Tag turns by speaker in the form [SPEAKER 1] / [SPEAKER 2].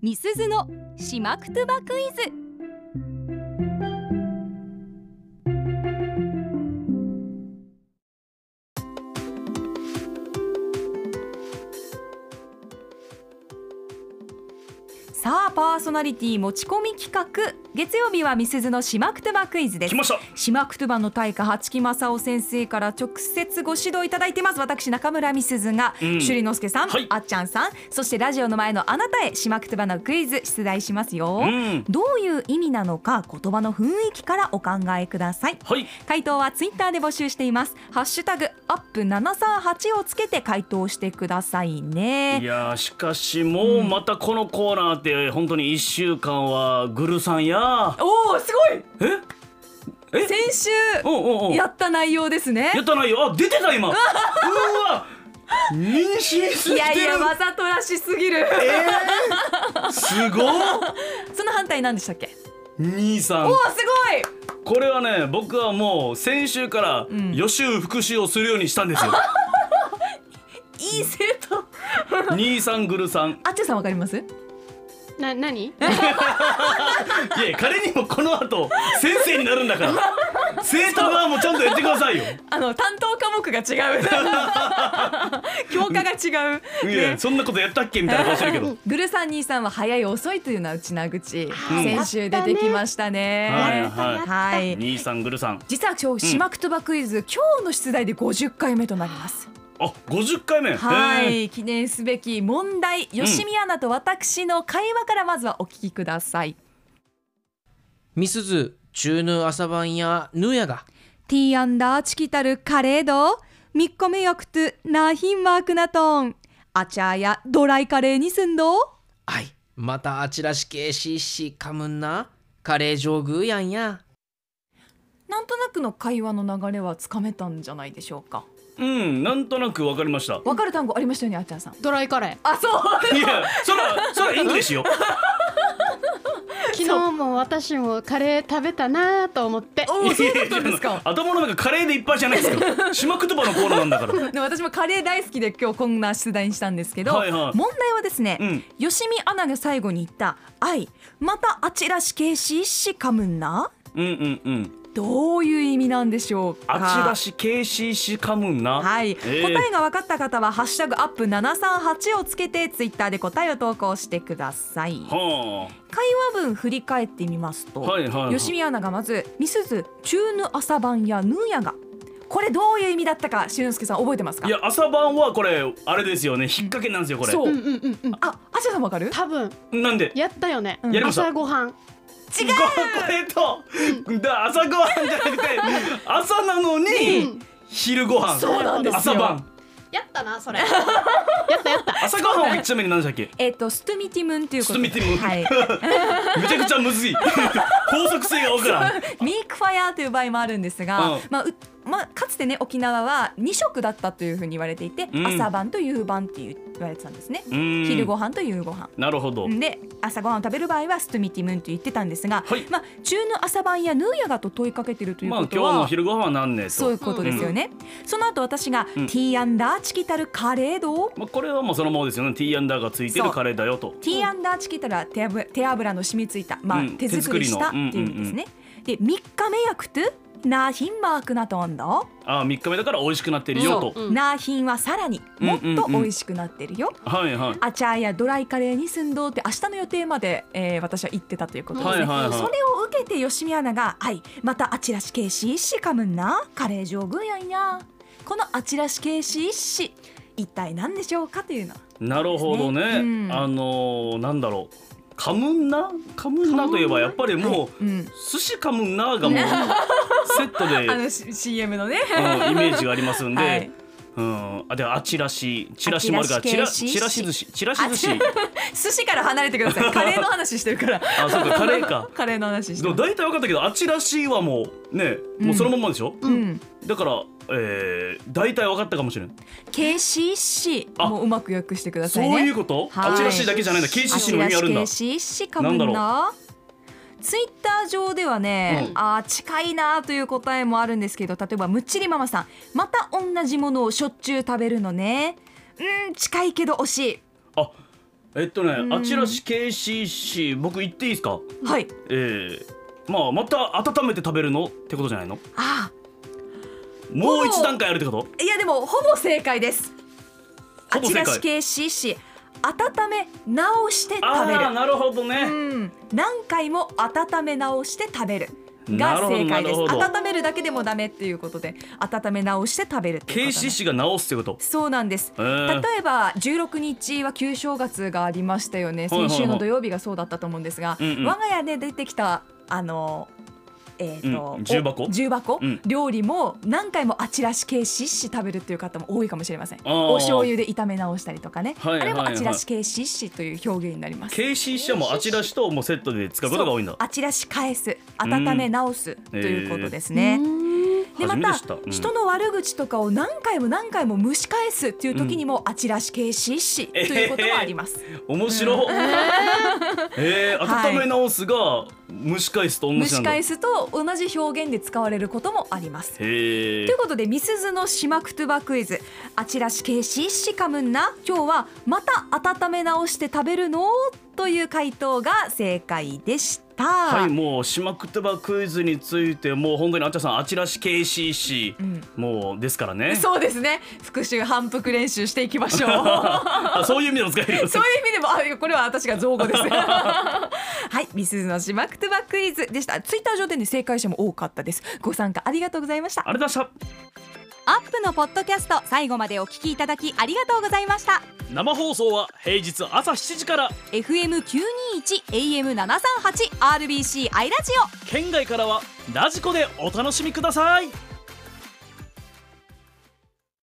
[SPEAKER 1] みすずのしまくとばクイズさあパーソナリティ持ち込み企画月曜日はみすずのしまくとばクイズです
[SPEAKER 2] 来ました
[SPEAKER 1] 島クトゥバの大家八木正夫先生から直接ご指導いただいてます私中村美鈴が、
[SPEAKER 2] うん
[SPEAKER 1] 朱里之助さん、
[SPEAKER 2] はい
[SPEAKER 1] あっちゃんさんそしてラジオの前のあなたへ島クトゥバのクイズ出題しますよ、
[SPEAKER 2] うん
[SPEAKER 1] どういう意味なのか言葉の雰囲気からお考えください
[SPEAKER 2] はい
[SPEAKER 1] 回答はツイッターで募集していますハッシュタグアップ738をつけて回答してください
[SPEAKER 2] い
[SPEAKER 1] ね
[SPEAKER 2] やーしかしもうまたこのコーナーって本当に1週間はグルさんや
[SPEAKER 1] おおすごい
[SPEAKER 2] ええ
[SPEAKER 1] 先週
[SPEAKER 2] うんうんうん
[SPEAKER 1] やった内容ですね
[SPEAKER 2] やったないよあ出てた今うわ妊娠してる
[SPEAKER 1] いやいやわざとらしすぎる
[SPEAKER 2] えー、すごっ
[SPEAKER 1] その反対何でしたっけ
[SPEAKER 2] 兄さん
[SPEAKER 1] おおすごい
[SPEAKER 2] これはね僕はもう先週から
[SPEAKER 1] ん
[SPEAKER 2] 予習復習をするようにした んですよ、
[SPEAKER 1] いい生徒。
[SPEAKER 2] 兄さんグルさん
[SPEAKER 1] あっちゃんさんわかります？
[SPEAKER 3] な何
[SPEAKER 2] いや彼にもこの後先生になるん だから生徒側もちゃんとやってくださいよ
[SPEAKER 1] あの担当科目が違 う。教科が違う。
[SPEAKER 2] いや、
[SPEAKER 1] ね。
[SPEAKER 2] そんなことやったっけみたいな顔してる けど
[SPEAKER 1] グルさん兄さんは早い遅いというのはうちなぐち、
[SPEAKER 2] うん
[SPEAKER 1] 先週出てきましたね。
[SPEAKER 2] はいはい
[SPEAKER 1] はい
[SPEAKER 2] 兄さんグルさん
[SPEAKER 1] 実は今日しまくとばクイズ、今日の出題で50回目となります。
[SPEAKER 2] あ50回
[SPEAKER 1] は
[SPEAKER 2] 目へー
[SPEAKER 1] い、記念すべき問題、吉見アナと私の会話からまずはお聞きください。
[SPEAKER 4] みすず、中ぬ朝晩やぬやだ。
[SPEAKER 1] ティーアンダーチキタルカレードミッコメヨクトゥナヒンマークナトンアチャーやドライカレーにすんど
[SPEAKER 4] はい。またあちらしけしっしかむんな。カレー上宮やんや。
[SPEAKER 1] なんとなくの会話の流れはつかめたんじゃないでしょうか
[SPEAKER 2] うんなんとなくわかり ました
[SPEAKER 1] わかる単語ありましたよねあっちゃんさん
[SPEAKER 3] ドライカレー
[SPEAKER 1] あそう
[SPEAKER 2] いやそらそらイングリッシュよ
[SPEAKER 3] 昨日も私もカレー食べたなと思って
[SPEAKER 1] おおそうだったんです
[SPEAKER 2] いや
[SPEAKER 1] か
[SPEAKER 2] 頭の中カレーでいっぱいじゃないです か島言葉のコーナーなんだから
[SPEAKER 1] で私もカレー大好きで今日こんな出題にしたんですけど、
[SPEAKER 2] はいはい
[SPEAKER 1] 問題はですね、
[SPEAKER 2] うん
[SPEAKER 1] 吉見アナが最後に言った「愛またあちらしけししかむんな
[SPEAKER 2] うんうんうん」
[SPEAKER 1] どういう意味なんでしょうか
[SPEAKER 2] あちらしけししかむんな
[SPEAKER 1] はい、
[SPEAKER 2] ー
[SPEAKER 1] 答えが分かった方はハッシュタグアップ七三八をつけてツイッターで答えを投稿してください。
[SPEAKER 2] は
[SPEAKER 1] 会話文振り返ってみますと、
[SPEAKER 2] あはいはい、はい、
[SPEAKER 1] 吉見アナがまずミスズ中ぬ朝晩やぬやがこれどういう意味だったかしゅんすけさん覚えてますか？
[SPEAKER 2] いや朝晩はこれあれですよね引っ掛けなんですよこれ、
[SPEAKER 1] そう
[SPEAKER 3] う。んうんうんうん
[SPEAKER 1] あ、あちゃさんわかる？
[SPEAKER 3] 多分
[SPEAKER 2] なんで
[SPEAKER 3] やったよね、
[SPEAKER 1] うん
[SPEAKER 2] やりました
[SPEAKER 3] 朝ごはん
[SPEAKER 1] 違う
[SPEAKER 2] ごこれとだ朝ごはんじゃなくて朝なのに昼ごはん
[SPEAKER 1] そうなんですよ
[SPEAKER 2] 朝晩
[SPEAKER 3] やったなそ れやったやった
[SPEAKER 2] 朝ごはんはちなみに何でしたっけ
[SPEAKER 1] えっ、とストゥミティムンっていうことで。
[SPEAKER 2] ストゥミティムン
[SPEAKER 1] はい。
[SPEAKER 2] めちゃくちゃむずい 法則性が分からん
[SPEAKER 1] ミークファイアーという場合もあるんですが、
[SPEAKER 2] うん
[SPEAKER 1] まあうまあ、かつてね沖縄は2食だったというふうに言われていて、
[SPEAKER 2] うん
[SPEAKER 1] 朝晩と夕晩っていう言われてたんですね。
[SPEAKER 2] うん
[SPEAKER 1] 昼ご飯と夕ご飯
[SPEAKER 2] なるほど
[SPEAKER 1] で朝ごはんを食べる場合はストゥミティムンと言ってたんですが、
[SPEAKER 2] はい
[SPEAKER 1] まあ、中の朝晩やヌーヤがと問いかけてるという
[SPEAKER 2] まあ
[SPEAKER 1] こ
[SPEAKER 2] 今日
[SPEAKER 1] とは、
[SPEAKER 2] の昼ごはんは何ねと
[SPEAKER 1] そういうことですよね、その後私が、
[SPEAKER 2] うん
[SPEAKER 1] ティーアンダーチキタルカレード
[SPEAKER 2] まあ、これはもうそのままですよね T アンダーがついてるカレーだよと
[SPEAKER 1] ティーアンダーチキタルは手油手油の染みついた、まあ
[SPEAKER 2] うん
[SPEAKER 1] 手作りしたっていうんですね、で3日目焼くとナーヒンマークなとんだ
[SPEAKER 2] ああ3日目だから美味しくなってるよと、
[SPEAKER 3] そううん
[SPEAKER 1] ナーヒンはさらにもっと美味しくなってるよ、
[SPEAKER 2] はいはい
[SPEAKER 1] アチャーやドライカレーに寸胴って明日の予定まで、えー、私は言ってたということですね、
[SPEAKER 2] はいはいは
[SPEAKER 1] そ
[SPEAKER 2] い
[SPEAKER 1] れを受けて吉見アナが「はいまたあちらしけいしいしかむんなカレー上宮やんや」この「あちらしけいしいし」一体何でしょうかというの
[SPEAKER 2] なるほどね、
[SPEAKER 1] ですねうん
[SPEAKER 2] あのーなんだろうカムンナカムンナといえばやっぱりもう、
[SPEAKER 1] うん
[SPEAKER 2] 寿司カムン ナがもうセットで、
[SPEAKER 1] あの C- CM のね
[SPEAKER 2] うんイメージがありますんで、
[SPEAKER 1] はい
[SPEAKER 2] うんあではあちらしチラシもあるから
[SPEAKER 1] あち
[SPEAKER 2] チ
[SPEAKER 1] ら
[SPEAKER 2] ラ
[SPEAKER 1] し系
[SPEAKER 2] チラシ寿司チラ
[SPEAKER 1] あ
[SPEAKER 2] シ寿司
[SPEAKER 1] 寿司から離れてください カレーの話してるから
[SPEAKER 2] あそうかカレーか
[SPEAKER 1] カレーの話して
[SPEAKER 2] でも
[SPEAKER 1] る
[SPEAKER 2] 大体分かったけどあちらしはもうねもうそのまんまでしょ、
[SPEAKER 1] うん、
[SPEAKER 2] だから、えー、大体分かったかもしれん
[SPEAKER 1] けいしいし
[SPEAKER 2] あ
[SPEAKER 1] もううまく訳してくださ
[SPEAKER 2] そ
[SPEAKER 1] いね
[SPEAKER 2] ういうこと、
[SPEAKER 1] はい
[SPEAKER 2] あちらしだけじゃないんだ KCC の意味あるんだ
[SPEAKER 1] あちらしけししかもん
[SPEAKER 2] なんだ
[SPEAKER 1] な。ツイッター上ではね、
[SPEAKER 2] うん
[SPEAKER 1] あー近いなという答えもあるんですけど例えばむっちりママさんまた同じものをしょっちゅう食べるのねうん近いけど惜しい
[SPEAKER 2] あえっとね、
[SPEAKER 1] うん
[SPEAKER 2] あちらし KCC 僕言っていいですか
[SPEAKER 1] はい
[SPEAKER 2] ええまあまた温めて食べるのってことじゃないの
[SPEAKER 1] あ
[SPEAKER 2] も
[SPEAKER 1] お
[SPEAKER 2] う
[SPEAKER 1] ー
[SPEAKER 2] 一段階あるってこと
[SPEAKER 1] いやでもほぼ正解ですあ
[SPEAKER 2] ほぼ
[SPEAKER 1] ち
[SPEAKER 2] 正解
[SPEAKER 1] らし系 CC 温め直して食べ
[SPEAKER 2] ああ
[SPEAKER 1] る
[SPEAKER 2] なるほど
[SPEAKER 1] う
[SPEAKER 2] ね、
[SPEAKER 1] ん何回も温め直して食べる
[SPEAKER 2] な
[SPEAKER 1] が
[SPEAKER 2] るほど
[SPEAKER 1] 正解です
[SPEAKER 2] なるほど
[SPEAKER 1] 温めるだけでもダメっていうことで温め直して食べるっていうことなんです
[SPEAKER 2] KCC が直すってこと
[SPEAKER 1] そうなんです
[SPEAKER 2] えー
[SPEAKER 1] 例えば16日は旧正月がありましたよね
[SPEAKER 2] はいはいはい
[SPEAKER 1] 先週の土曜日がそうだったと思うんですが、
[SPEAKER 2] うんうん
[SPEAKER 1] 我が家で出てきたあのえーと
[SPEAKER 2] うん重箱
[SPEAKER 1] お重箱、
[SPEAKER 2] うん
[SPEAKER 1] 料理も何回もあちらし系しっし食べるっていう方も多いかもしれません
[SPEAKER 2] あー
[SPEAKER 1] お醤油で炒め直したりとかね、
[SPEAKER 2] はいはいはい
[SPEAKER 1] あれもあちらし系しっしという表現になります。
[SPEAKER 2] KCC はもうあちらしともうセットで使うことが多いんだ
[SPEAKER 1] そうあちらし返す温め直すということですね。
[SPEAKER 3] ね。
[SPEAKER 1] でま
[SPEAKER 2] 初め
[SPEAKER 1] た
[SPEAKER 2] でしたうん
[SPEAKER 1] 人の悪口とかを何回も何回も蒸し返すっていう時にもあちらし軽視しということはあります、
[SPEAKER 2] 面白い、えー、温め直すが蒸し返すと同
[SPEAKER 1] 蒸
[SPEAKER 2] じな
[SPEAKER 1] し
[SPEAKER 2] んだ
[SPEAKER 1] 返すと同じ表現で使われることもあります
[SPEAKER 2] へえ
[SPEAKER 1] ということでみすずのしまくとばクイズあちらし軽視しかむんな今日はまた温め直して食べるのという回答が正解でした
[SPEAKER 2] はいもうしまくってばクイズについてもう本当にあっちゃんさんあちらし KCC、
[SPEAKER 1] ん
[SPEAKER 2] もうですからね
[SPEAKER 1] そうですね復習反復練習していきましょう
[SPEAKER 2] あそういう意味でも使えるよね
[SPEAKER 1] そういう意味でもあいやこれは私が造語ですはいミスズのしまくとばクイズでしたツイッター上でね正解者も多かったですご参加ありがとうございました
[SPEAKER 2] あれだした
[SPEAKER 1] アップのポッドキャスト最後までお聞きいただきありがとうございました
[SPEAKER 2] 生放送は平日朝7時から
[SPEAKER 1] FM921 AM738 RBC アイラジオ
[SPEAKER 2] 県外からはラジコでお楽しみください